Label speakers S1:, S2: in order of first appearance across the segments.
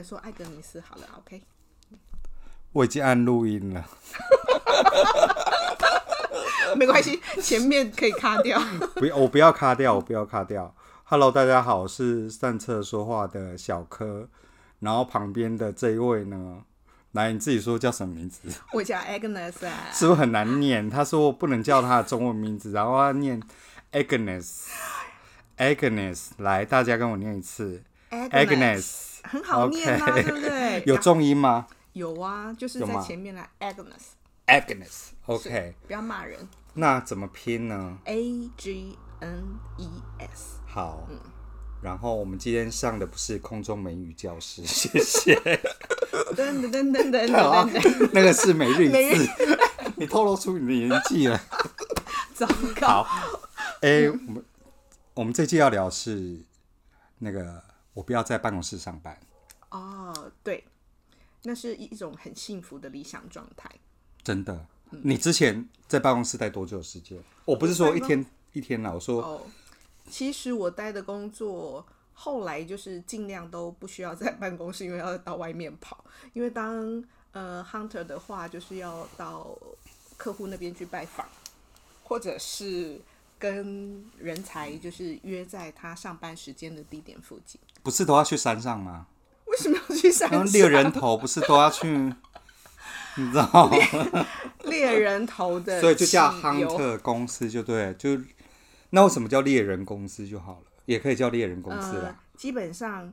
S1: 来说艾格尼斯好了，OK。
S2: 我已经按录音了。
S1: 呃没关 系，前面可以卡掉。
S2: 不要，我不要卡掉，我不要卡掉。Hello，大家好，我是上厕说话的小柯，然后旁边的这一位呢，来你自己说叫什么名字？
S1: 我叫 Agnes，啊
S2: 是不是很难念？他说我不能叫他的中文名字，然后他念 Agnes，Agnes，来，大家跟我念一次 Agnes，
S1: 很好念啊
S2: OK
S1: 对不对？
S2: 有
S1: 啊
S2: 重音吗
S1: 有啊，就是
S2: 有
S1: 在
S2: 吗
S1: 前面来 Agnes，
S2: ？Agnes，OK，、
S1: 是不要骂人
S2: 那怎么拼呢？
S1: ，A G N E S。
S2: 好。
S1: 嗯
S2: 然后我们今天上的不是空中美语教室，谢谢。
S1: 噔噔噔噔噔
S2: 好啊
S1: 噔噔，
S2: 那个是每日一
S1: 每日
S2: 字， 你透露出你的年纪 了。
S1: 糟糕！
S2: 哎、 我们我们这期要聊是那个我不要在办公室上班，
S1: 哦，对，那是一种很幸福的理想状态。
S2: 真的。你之前在办公室待多久时间？我不是说一天一天啦，我说
S1: 哦，其实我待的工作后来就是尽量都不需要在办公室，因为要到外面跑。因为当呃 hunter 的话，就是要到客户那边去拜访，或者是跟人才就是约在他上班时间的地点附近。
S2: 不是都要去山上 吗？
S1: 为什么要去山
S2: 然后
S1: 上？
S2: 猎人头不是都要去， 你知道？
S1: 猎人头的汽油，
S2: 所以就叫 hunter 公司就对了，就那为什么叫猎人公司就好了？也可以叫猎人公司啦
S1: 呃。，基本上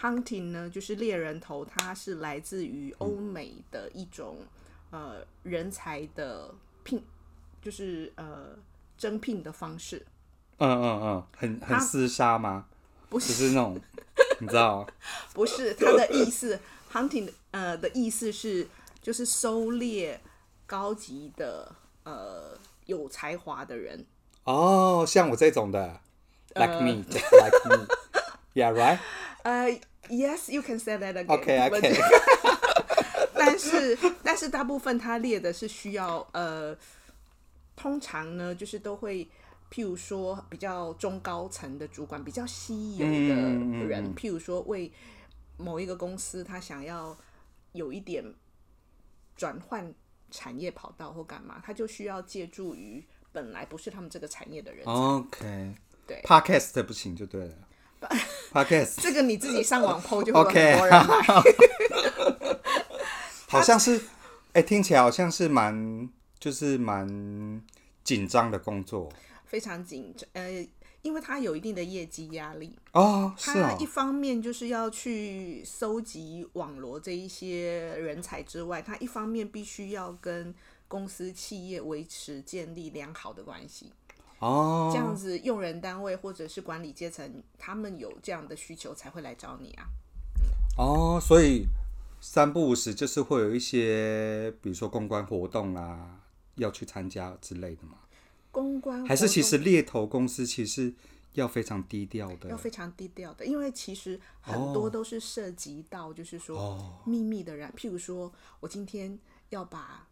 S1: hunting 呢，就是猎人头，它是来自于欧美的一种、呃人才的聘，就是呃征聘的方式。
S2: 嗯嗯嗯，很很厮杀吗？
S1: 不
S2: 是，就是那 种你知道，
S1: 不是它的意思，hunting 的呃的意思是就是狩猎高级的呃有才华的人。
S2: 哦，像我这种的，like me，just like me，yeah right，
S1: 呃，yes, you can say that again.
S2: OK，OK
S1: but- 但是 但是大部分他列的是需要呃，通常呢就是都会，譬如说比较中高层的主管，比较稀有的
S2: 嗯嗯嗯
S1: 人，譬如说为某一个公司他想要有一点转换产业跑道或干嘛，他就需要借助于本来不是他们这个产业的人。
S2: 哦 OK，
S1: 对
S2: ，podcast 不行 就对了，podcast
S1: 这个你自己上 网 PO 就会有
S2: OK，
S1: 很多人买
S2: 好像是，哎，听起来好像是蛮，就是蛮紧张的工作
S1: 非常紧张，呃，因为他有一定的业绩压力，
S2: 哦，是
S1: 他
S2: 哦
S1: 一，方面就是要去搜集网罗这一些人才之外，他一方面必须要跟公司企业维持建立良好的关系，
S2: 哦，
S1: 这样子用人单位或者是管理阶层，他们有这样的需求才会来找你啊。
S2: 哦，所以三不五时就是会有一些，比如说公关活动啊，要去参加之类的嘛。
S1: 公关
S2: 还是
S1: 活
S2: 其
S1: 动
S2: 实猎头公司其实要非常低调
S1: 要
S2: 的
S1: 非常低调的，因为其实很
S2: 哦
S1: 多都是涉及到，就是说秘密的人，譬如说我今天要把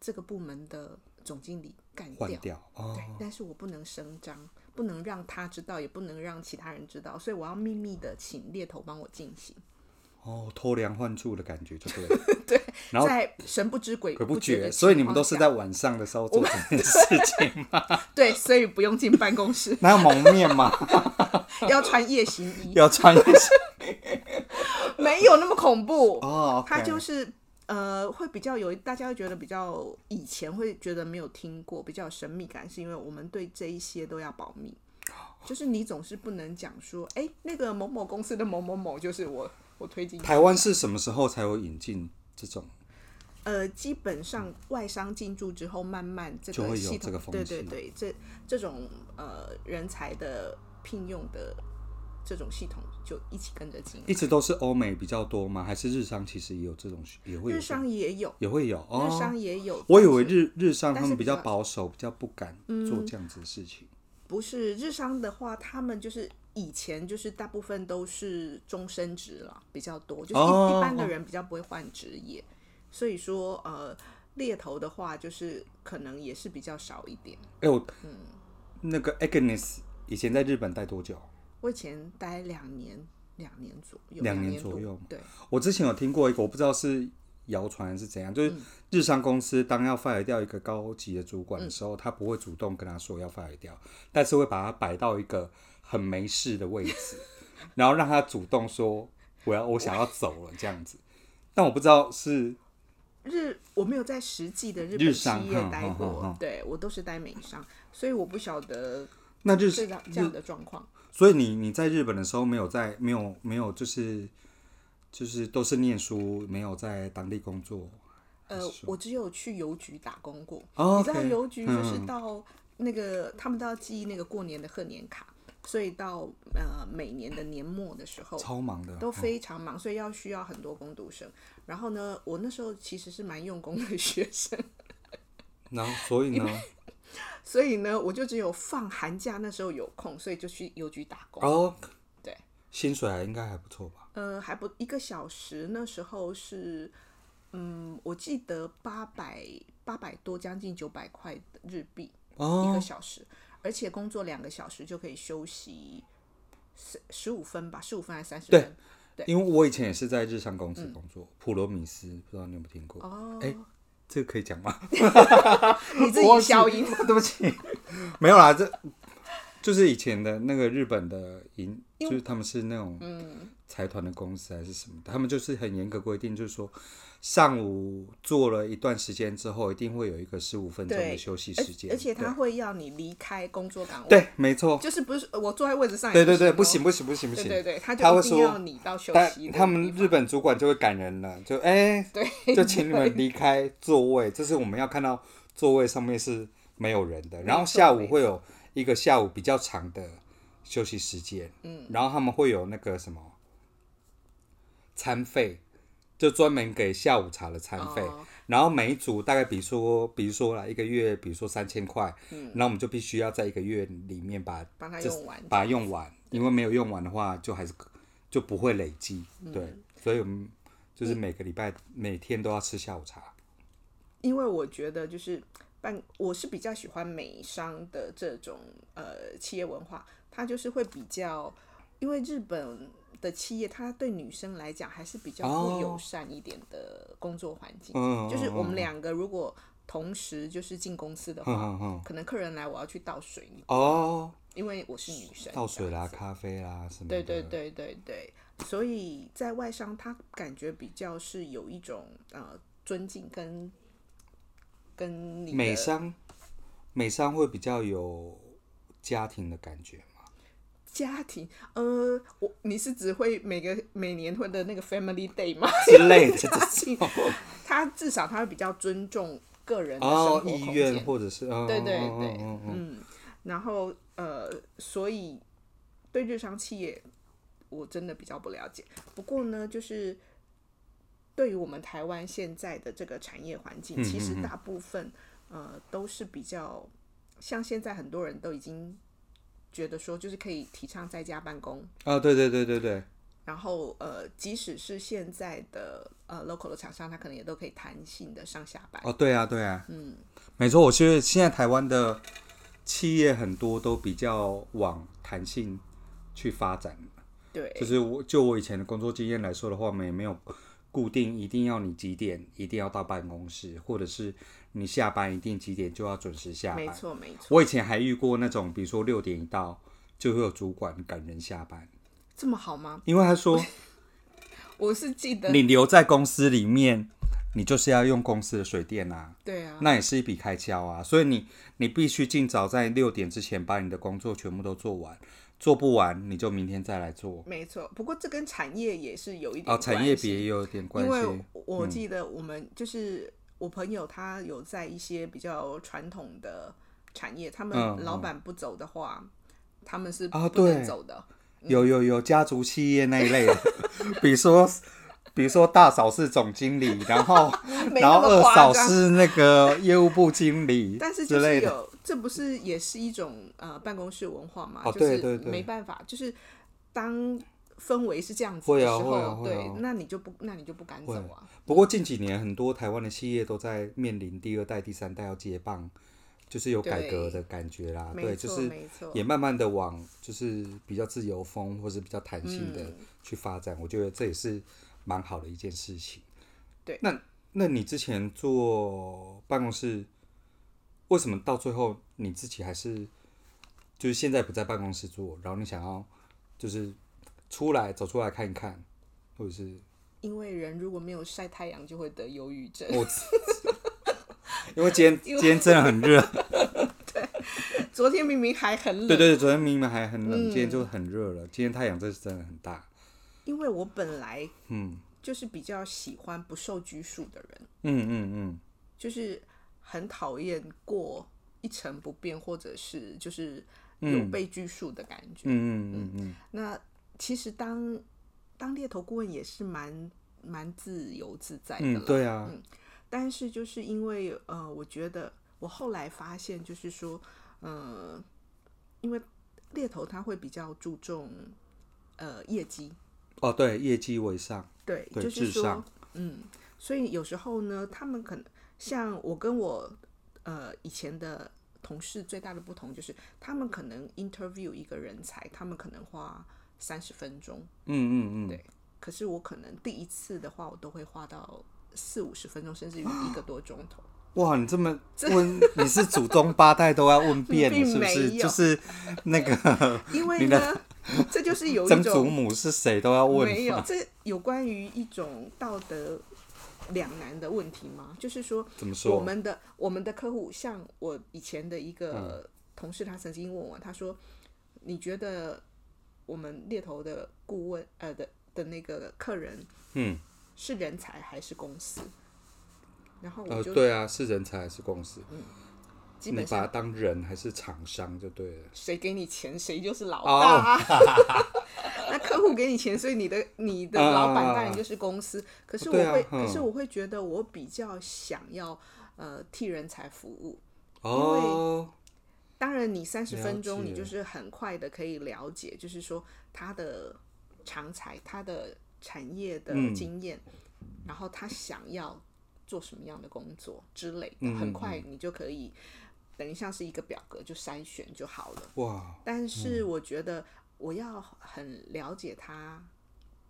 S1: 这个部门的总经理干
S2: 换
S1: 掉，
S2: 掉哦
S1: 对，但是我不能声张，不能让他知道，也不能让其他人知道，所以我要秘密的请猎头帮我进行，
S2: 哦，偷梁换柱的感觉就对 了，然后
S1: 在神不知鬼
S2: 可不
S1: 觉
S2: 觉。
S1: 的
S2: 所以你
S1: 情况
S2: 们都是
S1: 下
S2: 在晚上的时候做这件 事情，
S1: 对，所以不用进办公室
S2: ，哪有蒙面嘛？
S1: 要穿夜行衣，
S2: 要穿一 下
S1: 没有那么恐怖
S2: 哦，
S1: 它
S2: OK
S1: 就是呃，会比较有大家会觉得比较以前会觉得没有听过，比较有神秘感，是因为我们对这一些都要保密，
S2: 哦
S1: 就是你总是不能讲说，哎、那个某某公司的某某某就是我我推进，
S2: 台湾是什么时候才有引进这种？
S1: 呃，基本上外商进驻之后，慢慢这
S2: 就
S1: 个
S2: 会有
S1: 系
S2: 这
S1: 统，
S2: 个风
S1: 对对
S2: 气
S1: 对，这这种呃人才的聘用的这种系统就一起跟着进来，
S2: 一直都是欧美比较多吗？还是日商其实也有这种，也会有
S1: 日
S2: 这种，
S1: 商也有，
S2: 也会有哦。
S1: 日商也有，
S2: 我以
S1: 但
S2: 为
S1: 是
S2: 日日商他
S1: 但是
S2: 们
S1: 比
S2: 比较嗯
S1: 较
S2: 保守，比较不敢做这样子的事情。
S1: 不是日商的话，他们就是以前就是大部分都是终身职了比较多，就是一、
S2: 哦
S1: 一般的人比较不会换职业，所以说呃猎头的话就是可能也是比较少一点。
S2: 哎、我、那个 Agnes 以前在日本待多久？啊
S1: 我以前待两年两年左右，
S2: 两
S1: 年
S2: 年左右
S1: 多对，
S2: 我之前有听过一个，我不知道是谣传还是怎样，就是
S1: 嗯
S2: 日商公司当要 fire 掉一个高级的主
S1: 嗯
S2: 管的时候，他不会主动跟他说要 fire 掉，但是会把他摆到一个很没事的位 置，然后让他主动说我要我想要走了这样子。但我不知道是
S1: 日我没有在实际的日
S2: 日
S1: 本
S2: 商
S1: 企业
S2: 哈
S1: 待
S2: 哈哈
S1: 过，
S2: 哈
S1: 对我都是待美商，所以我不晓得
S2: 那日
S1: 这样这样的状况。
S2: 所以你你在日本的时候没有在没有没有就是就是都是念书，没有在当地工作。
S1: 呃，我只有去邮局打工过。
S2: 哦
S1: 你知道
S2: OK，嗯
S1: 邮局就是到那个、他们都要寄那个过年的贺年卡，所以到呃每年的年末的时候。
S2: 超忙的，
S1: 都非常忙，所以要需要很多工读生。然后呢，我那时候其实是蛮用功的 学生，
S2: 然后所以呢，
S1: 所以呢，我就只有放寒假那时候有空，所以就去邮局打工。
S2: 哦，
S1: 对，
S2: 薪水还应该还不错吧？
S1: 呃，还不一个小时，那时候是，嗯，我记得八百八百多，将近九百块的日币、一个
S2: 哦，
S1: 小时，而且工作两个小时就可以休息十十五分吧，十五分还是三十分？
S2: 因为我以前也是在日商公司工作，普罗米斯，不知道你有没有听过？
S1: 嗯哦，
S2: 这个可以讲吗？
S1: 你自
S2: 我
S1: 己消音。
S2: 对不起， 没有啦，这就是以前的那个日本的银，就是他们是那种
S1: 嗯
S2: 财团的公司还是什么的，他们就是很严格规定，就是说上午做了一段时间之后，一定会有一个十五分钟的
S1: 对，
S2: 休息
S1: 而
S2: 时间，
S1: 而且
S2: 对
S1: 他会要你离开工作岗位，
S2: 对，没错，
S1: 就是不是我坐在位置上也
S2: 对对对，
S1: 不
S2: 不行不行不行不
S1: 哦，对
S2: 行，
S1: 对对，他
S2: 他
S1: 就
S2: 会
S1: 一定
S2: 说
S1: 要你到休
S2: 但
S1: 息的地方。
S2: 他们日本主管就会赶人了，就哎、
S1: 对
S2: 就请你们离开座位，这是我们要看到座位上面是没有人的，然后下午会有一个下午比较长的休息时间，嗯，然后他们会有那个什么餐费，就专门给下午茶的餐费。
S1: 哦
S2: 然后每一组大概比如说，比如说啦，一个月，比如说三千块，嗯，然后我们就必须要在一个月里面把
S1: 把它
S2: 这
S1: 用完
S2: 把它用完，因为没有用完的话，就还是就不会累积，对，
S1: 嗯
S2: 所以我们就是每个礼拜每天都要吃下午茶，
S1: 因为我觉得就是办，我是比较喜欢美商的这种呃企业文化，它就是会比较，因为日本的企业它对女生来讲还是比较
S2: 哦
S1: 不友善一点的工作环境，
S2: 嗯，
S1: 就是我们
S2: 俩，
S1: 两个如果同时就是进公司的
S2: 嗯
S1: 话，
S2: 嗯嗯，
S1: 可能客人来我要去倒水，
S2: 哦，
S1: 因为我是女生，
S2: 倒水啦，咖啡啦什么的，
S1: 对对对对对，所以在外商，他感觉比较是有一种呃尊敬跟跟你的
S2: 美商美商会比较有家庭的感觉嘛，
S1: 家庭，呃，我你是只会每个每年会的那个 Family Day 吗？
S2: 之类的这
S1: 家
S2: 种。
S1: 庭，他至少他会比较尊重个人的生活
S2: 哦，
S1: 空
S2: 医
S1: 间，
S2: 院或者是，哦
S1: 对对
S2: 哦
S1: 对
S2: 哦哦哦
S1: 嗯，然后呃，所以对日商企业我真的比较不了解。不过呢，就是对于我们台湾现在的这个产业环境，
S2: 嗯
S1: 其实
S2: 嗯嗯
S1: 大部分呃都是比较像现在很多人都已经觉得说，就是可以提倡在家办公。
S2: 啊，对对对对对，
S1: 然后，呃，即使是现在的呃 local 的厂商，他可能也都可以弹性的上下班。
S2: 哦，对啊，对啊，嗯，没错，我觉得现在台湾的企业很多都比较往弹性去发展，
S1: 对，
S2: 就是我就我以前的工作经验来说的话，我们也没有固定一定要你几点一定要到办公室，或者是你下班一定几点就要准时下
S1: 没
S2: 班。
S1: 错，没错，
S2: 我以前还遇过那种，比如说六点一到就会有主管赶人下班，
S1: 这么好吗？
S2: 因为他 说
S1: 我是记得，
S2: 你留在公司里面，你就是要用公司的水电啦、
S1: 对啊，
S2: 那也是一笔开销啊。所以你你必须尽早在六点之前把你的工作全部都做完，做不完你就明天再来做。
S1: 没错，不过这跟产业也是有一点
S2: 啊，产业
S1: 关系
S2: 别也有点关
S1: 因
S2: 系
S1: 为。我嗯记得我们就是我朋友他有在一些比较传统的产业，他
S2: 嗯
S1: 们老板不走的话，他们是不
S2: 啊对
S1: 能走的。
S2: 有有有家族企业那一类的， 比如说比如说大嫂是总经理，然后
S1: 没
S2: 然
S1: 那
S2: 后
S1: 么
S2: 二
S1: 夸
S2: 嫂
S1: 张
S2: 是那个业务部经理，
S1: 但是
S2: 之
S1: 就是
S2: 类的。
S1: 有，这不是也是一种呃办公室文化嘛？
S2: 哦对
S1: 就
S2: 对对
S1: 是没办法，就是当氛围是这样子的
S2: 会
S1: 时
S2: 啊
S1: 候，
S2: 会啊会啊
S1: 对，那你就不那你就不敢走啊。
S2: 不过近几年很多台湾的企业都在面临第二代、第三代要接棒就是有改
S1: 对
S2: 革的感觉啦。对，
S1: 没
S2: 就
S1: 错
S2: 是
S1: 没错，
S2: 也慢慢的往就是比较自由风或是比较弹性的去发展，我觉得这也是蛮好的一件事情。
S1: 对
S2: 那那你之前做办公室，为什么到最后你自己还是就是现在不在办公室做，然后你想要就是出来走出来看一看，或者是
S1: 因为人如果没有晒太阳，就会得忧郁症。
S2: 我 因为今天今天真的很热，
S1: 昨天明明还很冷，
S2: 对对对，昨天明明还很冷，今天就很热了，今天太阳真是真的很大，
S1: 因为我本来
S2: 嗯
S1: 就是比较喜欢不受拘束的人，
S2: 嗯嗯嗯，
S1: 就是很讨厌过一成不变，或者是就是有被拘束的感觉。
S2: 嗯嗯嗯
S1: 那其实当当猎头顾问也是蛮蛮自由自在的
S2: 嗯
S1: 啦，
S2: 嗯，对啊，
S1: 但是就是因为呃，我觉得我后来发现，就是说，呃，因为猎头他会比较注重呃业绩，
S2: 哦对，业绩为上，
S1: 对，
S2: 对
S1: 就
S2: 至
S1: 是说
S2: 上，
S1: 嗯，所以有时候呢，他们可能像我跟我呃以前的同事最大的不同就是，他们可能 interview 一个人才，他们可能花三十分钟，
S2: 嗯嗯嗯，
S1: 对可是我可能第一次的话，我都会花到四五十分钟，甚至于一个多钟头。
S2: 哇，你这么问，你是祖宗八代都要问遍 了，
S1: 并
S2: 是不
S1: 没
S2: 是？
S1: 有
S2: 就是那个
S1: 因为
S2: 你
S1: 呢，这就是有
S2: 曾
S1: 一
S2: 祖
S1: 种
S2: 母是谁都要问，
S1: 没有，这有关于一种道德两难的问题吗？就是说，
S2: 怎么
S1: 我
S2: 说？
S1: 们的我们的客户，像我以前的一
S2: 嗯
S1: 个同事，他曾经问我，他说：“你觉得我们猎头的顾问呃的的那个客人，
S2: 嗯，
S1: 是人才还是公司？”然后我
S2: 呃，
S1: 就
S2: 对啊，是人才还是公司？
S1: 基
S2: 你
S1: 本
S2: 把它
S1: 上
S2: 当人还是厂商就对了。
S1: 谁给你钱谁就是老
S2: 哦
S1: 大、啊。 那客户给你钱，所以你的你的老板当然就是公司。可是我
S2: 对啊
S1: 会，
S2: 嗯
S1: 可是我会觉得我比较想要呃替人才服务。
S2: 哦，
S1: 当然，你三十
S2: 了
S1: 分钟，
S2: 解
S1: 你就是很快的可以了解，就是说他的长才、他的产业的
S2: 嗯
S1: 经验，然后他想要做什么样的工作之类的，
S2: 嗯嗯
S1: 很快你就可以等于像是一个表格就筛选就好了。
S2: 哇，
S1: 但是
S2: 嗯
S1: 我觉得我要很了解他，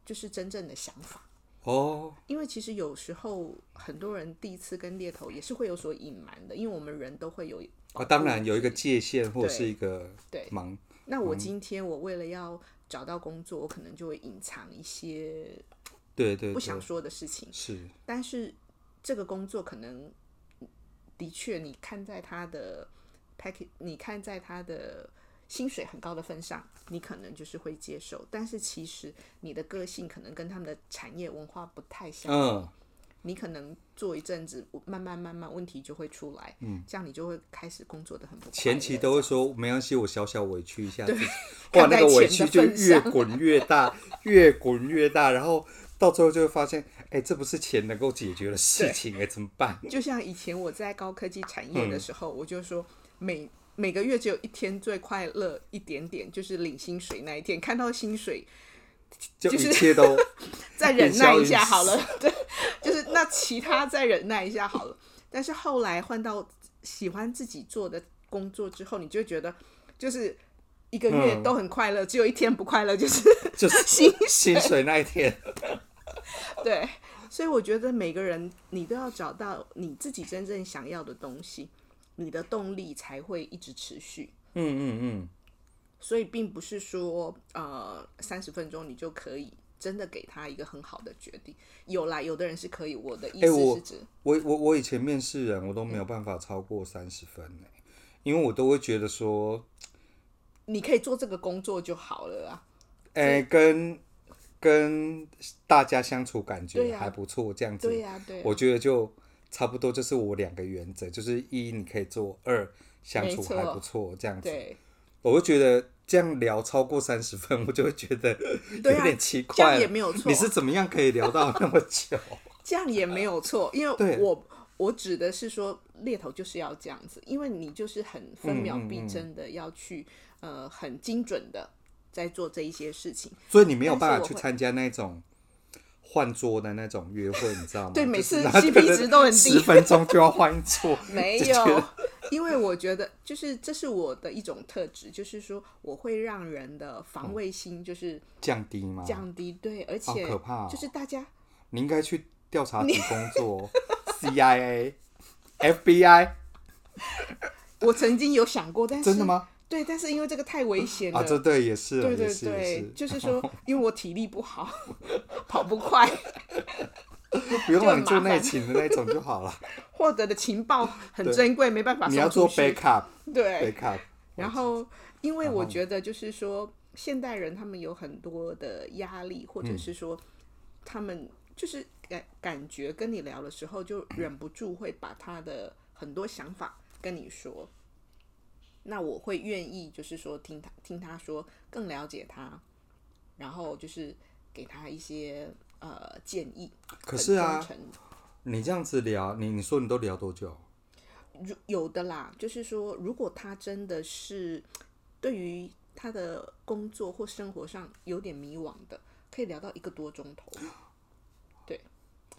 S1: 就是真正的想法，
S2: 哦，
S1: 因为其实有时候很多人第一次跟猎头也是会有所隐瞒的，因为我们人都会有保
S2: 啊，
S1: 护
S2: 当然有一个嗯
S1: 自己
S2: 界限或者是一个
S1: 对
S2: 盲，
S1: 那我今天我为了要找到工作，我可能就会隐藏一些
S2: 对对
S1: 不
S2: 对，
S1: 想说的事情。
S2: 是，
S1: 但是这个工作可能的确，你看在他的 package，你看在他的薪水很高的份上，你可能就是会接受。但是其实你的个性可能跟他们的产业文化不太相
S2: 嗯，
S1: 你可能做一阵子，慢慢慢慢问题就会出来，嗯，这样你就会开始工作的很不快乐。
S2: 前期都会说没关系，我小小委屈一下自己，哇，
S1: 看
S2: 那
S1: 在
S2: 个委
S1: 钱
S2: 屈
S1: 的
S2: 就
S1: 份
S2: 越
S1: 上
S2: 滚越大，越滚越大，然后到最后就会发现，哎、这不是钱能够解决的事情、哎，怎么办？
S1: 就像以前我在高科技产业
S2: 嗯
S1: 的时候，我就说每每个月只有一天最快乐一点点，就是领薪水那一天，看到薪水
S2: 就
S1: 就是
S2: 一切 都
S1: 再忍耐一
S2: 烟消
S1: 下
S2: 云
S1: 好了， 对，就是那其他再忍耐一下好了。但是后来换到喜欢自己做的工作之后，你就会觉得就是一个月
S2: 嗯
S1: 都很快乐，只有一天不快乐，就是
S2: 就是
S1: 薪
S2: 薪水那一天，
S1: 对，所以我觉得每个人你都要找到你自己真正想要的东西，你的动力才会一直持续。
S2: 嗯嗯
S1: 所以并不是说呃三十分钟你就可以真的给他一个很好的决定。有啦，有的人是可以。我的意
S2: 哎
S1: 思
S2: 我
S1: 是指，
S2: 嗯，我我我以前面试人，我都没有办法超过三十分、哎，因为我都会觉得说，
S1: 你可以做这个工作就好了啊。
S2: 哎、跟跟大家相处感
S1: 对
S2: 觉
S1: 啊
S2: 还不错，这样子，
S1: 对呀、对、
S2: 我觉得就差不多，就是我两个原则，就是一你可以做，二相处
S1: 没错
S2: 还不错这样子。
S1: 对，
S2: 我会觉得这样聊超过三十分，我就会觉得
S1: 对
S2: 有
S1: 啊
S2: 点奇
S1: 这
S2: 怪
S1: 样
S2: 了。
S1: 也没有错
S2: 你。是怎么样可以聊到那么 久？
S1: 这样也没有错，因
S2: 对
S1: 为我我指的是说猎头就是要这样子，因为你就是很分秒必争的要去、呃很精准的在做这一些事 情。
S2: 所以你没有办
S1: 但是
S2: 法
S1: 我
S2: 去
S1: 会
S2: 参加那种换桌的那种约会，你知道吗？
S1: 对每次 CP 值都很低，
S2: 十分钟就要换桌
S1: 没
S2: 就觉
S1: 有
S2: 得，
S1: 因为我觉得就是这是我的一种特质，就是说我会让人的防卫心就是
S2: 降低吗？
S1: 降低，对，而
S2: 好
S1: 且
S2: 可怕哦
S1: 就是大家
S2: 你应该去调查局工作，CIA、FBI，
S1: 我曾经有想过，但是
S2: 真的？吗？
S1: 对，但是因为这个太危险了。
S2: 啊，这对也是啊，
S1: 对对
S2: 也是也
S1: 对
S2: 是，，
S1: 就是说， 因为我体力不好， 跑不快，
S2: 不 用
S1: 就
S2: 让
S1: 很
S2: 你做
S1: 麻烦
S2: 内勤的那种 就好了。
S1: 获得的情报很
S2: 对
S1: 珍贵，没办法
S2: 你要
S1: 啊送
S2: 做
S1: 出去。哎
S2: backup
S1: 对，
S2: backup，
S1: 然后因为
S2: 然
S1: 我
S2: 后
S1: 觉得就是说，现代人他们有很多的压力，或者是
S2: 嗯
S1: 说他们就是感感觉跟你聊的时候，就忍不住会把他的很多想法跟你说。那我会愿意，就是说听他听他说，更了解他，然后就是给他一些呃建议。
S2: 可是
S1: 很
S2: 啊，
S1: 忠诚
S2: 你这样子聊，你你说你都聊多久？
S1: 如有的啦，就是说，如果他真的是对于他的工作或生活上有点迷惘的，可以聊到一个多钟头。对，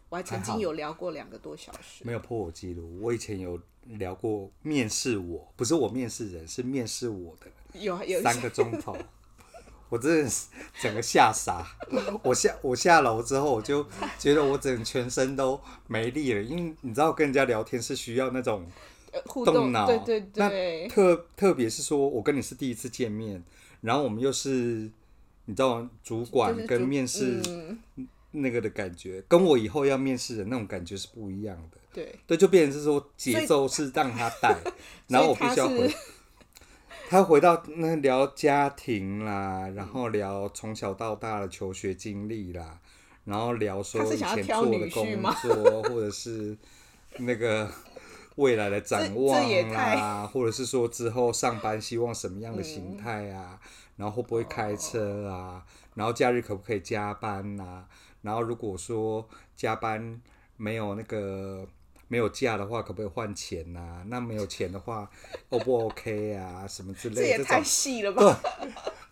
S1: 我还曾
S2: 还好
S1: 经有聊过两个多小时。
S2: 没有破我记录。我以前有聊过面试我，不是我面试人，是面试我的
S1: 有啊有一
S2: 三
S1: 些
S2: 个钟头， 我真的是整个吓傻。 我下我下楼之后，我就觉得我整全身都没力了，因为你知道跟人家聊天是需要那种
S1: 呃互
S2: 动
S1: 动，
S2: 脑，
S1: 对对
S2: 那
S1: 对，
S2: 特特别是说我跟你是第一次见面，然后我们又是你知道主管
S1: 就是
S2: 跟
S1: 主
S2: 面试
S1: 嗯，
S2: 那个的感觉，跟我以后要面试的那种感觉是不一样的。
S1: 对，
S2: 对，就变成是说
S1: 所
S2: 节
S1: 以
S2: 奏是让他 带，然后我必须要
S1: 所以
S2: 回，他回到那聊家庭啦，然
S1: 嗯
S2: 后聊从小到大的求学经历啦，然后聊说
S1: 他是
S2: 以
S1: 想要
S2: 前
S1: 挑
S2: 做的
S1: 女婿
S2: 工
S1: 吗
S2: 作，或者是那个未来的展
S1: 这这也
S2: 望啦，或者是说之后上班希望什么样的
S1: 嗯
S2: 形态啊，然后会不会开车啊，然后假日可不可以加班啊呐、然后如果说加班没有那个没有假的话，可不可以换钱呐、那没有钱的话，O 不 OK 啊？什么之
S1: 这
S2: 类
S1: 也
S2: 的
S1: 太
S2: 种。
S1: 细了吧？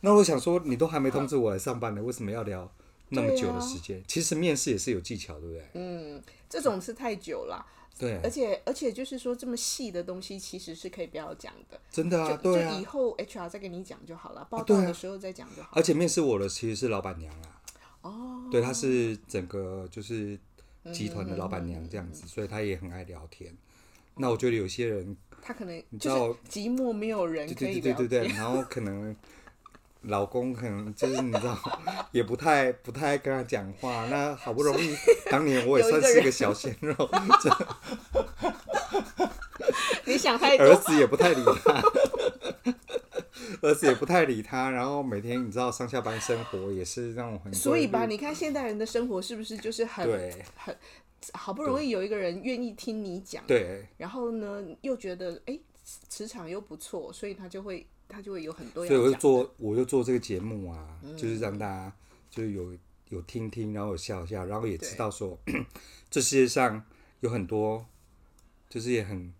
S2: 那我想说，你都还没通知我来上班呢，为什么要聊那么久的时
S1: 啊
S2: 间？其实面试也是有技巧，对不对？
S1: 嗯这种是太久了，而
S2: 对，啊
S1: 且而且就是说这么细的东西其实是可以不要讲的，
S2: 真的
S1: 就
S2: 啊，对
S1: 就以
S2: 啊。
S1: 后 HR 再给你讲就好了，报
S2: 对
S1: 道
S2: 啊
S1: 的时候再讲就好了。
S2: 而且面试我的其实是老板娘啊。哦。对，她是整个就是集团的
S1: 嗯
S2: 老板娘这样子，所以她也很爱聊天。那我觉得有些人
S1: 他可能
S2: 你知
S1: 就
S2: 道
S1: 是寂寞，没有人可
S2: 对
S1: 以
S2: 对对
S1: 聊
S2: 对对对，然后可能 老公可能就是你知道，也不太不太爱跟他讲话。那好不容易，当年我也
S1: 有一
S2: 算
S1: 个
S2: 是个
S1: 人
S2: 小鲜 肉，
S1: 你想太
S2: 儿
S1: 多，
S2: 子也不太理他，儿子也不太理他。然后每天你知道上下班生活也是那种很
S1: 所以吧，
S2: 规律
S1: 你看现代人的生活是不是就是很
S2: 对
S1: 好不容易有一个人愿意听你讲，
S2: 对，
S1: 然后呢又觉得哎磁场又不错，所以他就会他就会有很多要
S2: 所以我就
S1: 讲嗯
S2: 做我就做这个节目啊，就是让大家就是有有听听，然后有笑笑，然后也知
S1: 对
S2: 道说这世界上有很多就是也很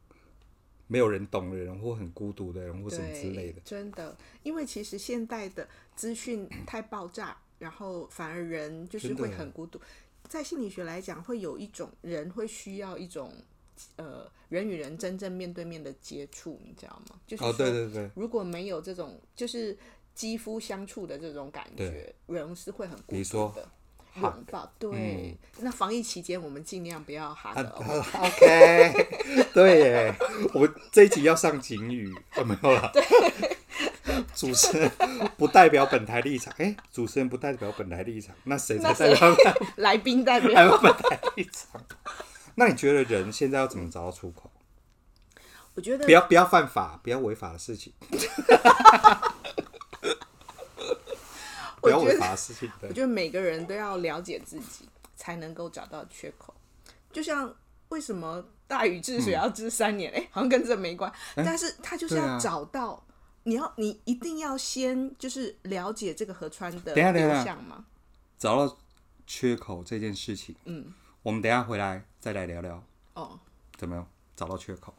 S2: 没有人懂的人，或很孤独的人，或什么之类
S1: 对
S2: 的，。
S1: 真的，因为其实现代的资讯太爆炸，然后反而人就是
S2: 真的
S1: 会很孤独。在心理学来讲，会有一种人会需要一种呃人与人真正面对面的接触，你知道吗？就是
S2: 哦，对
S1: 说
S2: 对对，
S1: 如果没有这种就是肌肤相触的这种感觉，人是会很孤
S2: 比如说嗯
S1: 独的。拥抱，对。那防疫期间，我们尽量不要哈
S2: 啊
S1: 的、哦。
S2: ，OK，对 耶，我这一集要上警语，有没有了？ 主持人不代表本台立场，哎、主持人不代表本台立场，那哎谁 才
S1: 那
S2: 代表本
S1: 来宾代表，
S2: 台本台立场？那你觉得人现在要怎么找到出 口？
S1: 我觉得
S2: 不要不要犯法，不要违法的事情，不
S1: 我
S2: 要
S1: 觉得
S2: 违法的事情。对
S1: 我觉得每个人都要了解自己，才能够找到缺口。就像为什么大禹治水要治三年？哎、 好像跟这没关，但是他就是
S2: 嗯哎对
S1: 要
S2: 啊
S1: 找到，你要你一定要先就是了解这个河川的
S2: 等一下等一
S1: 流
S2: 下
S1: 向嘛。
S2: 找到缺口这件事情，嗯，我们等一下回来再来聊聊
S1: 哦，
S2: 怎么样找到缺口。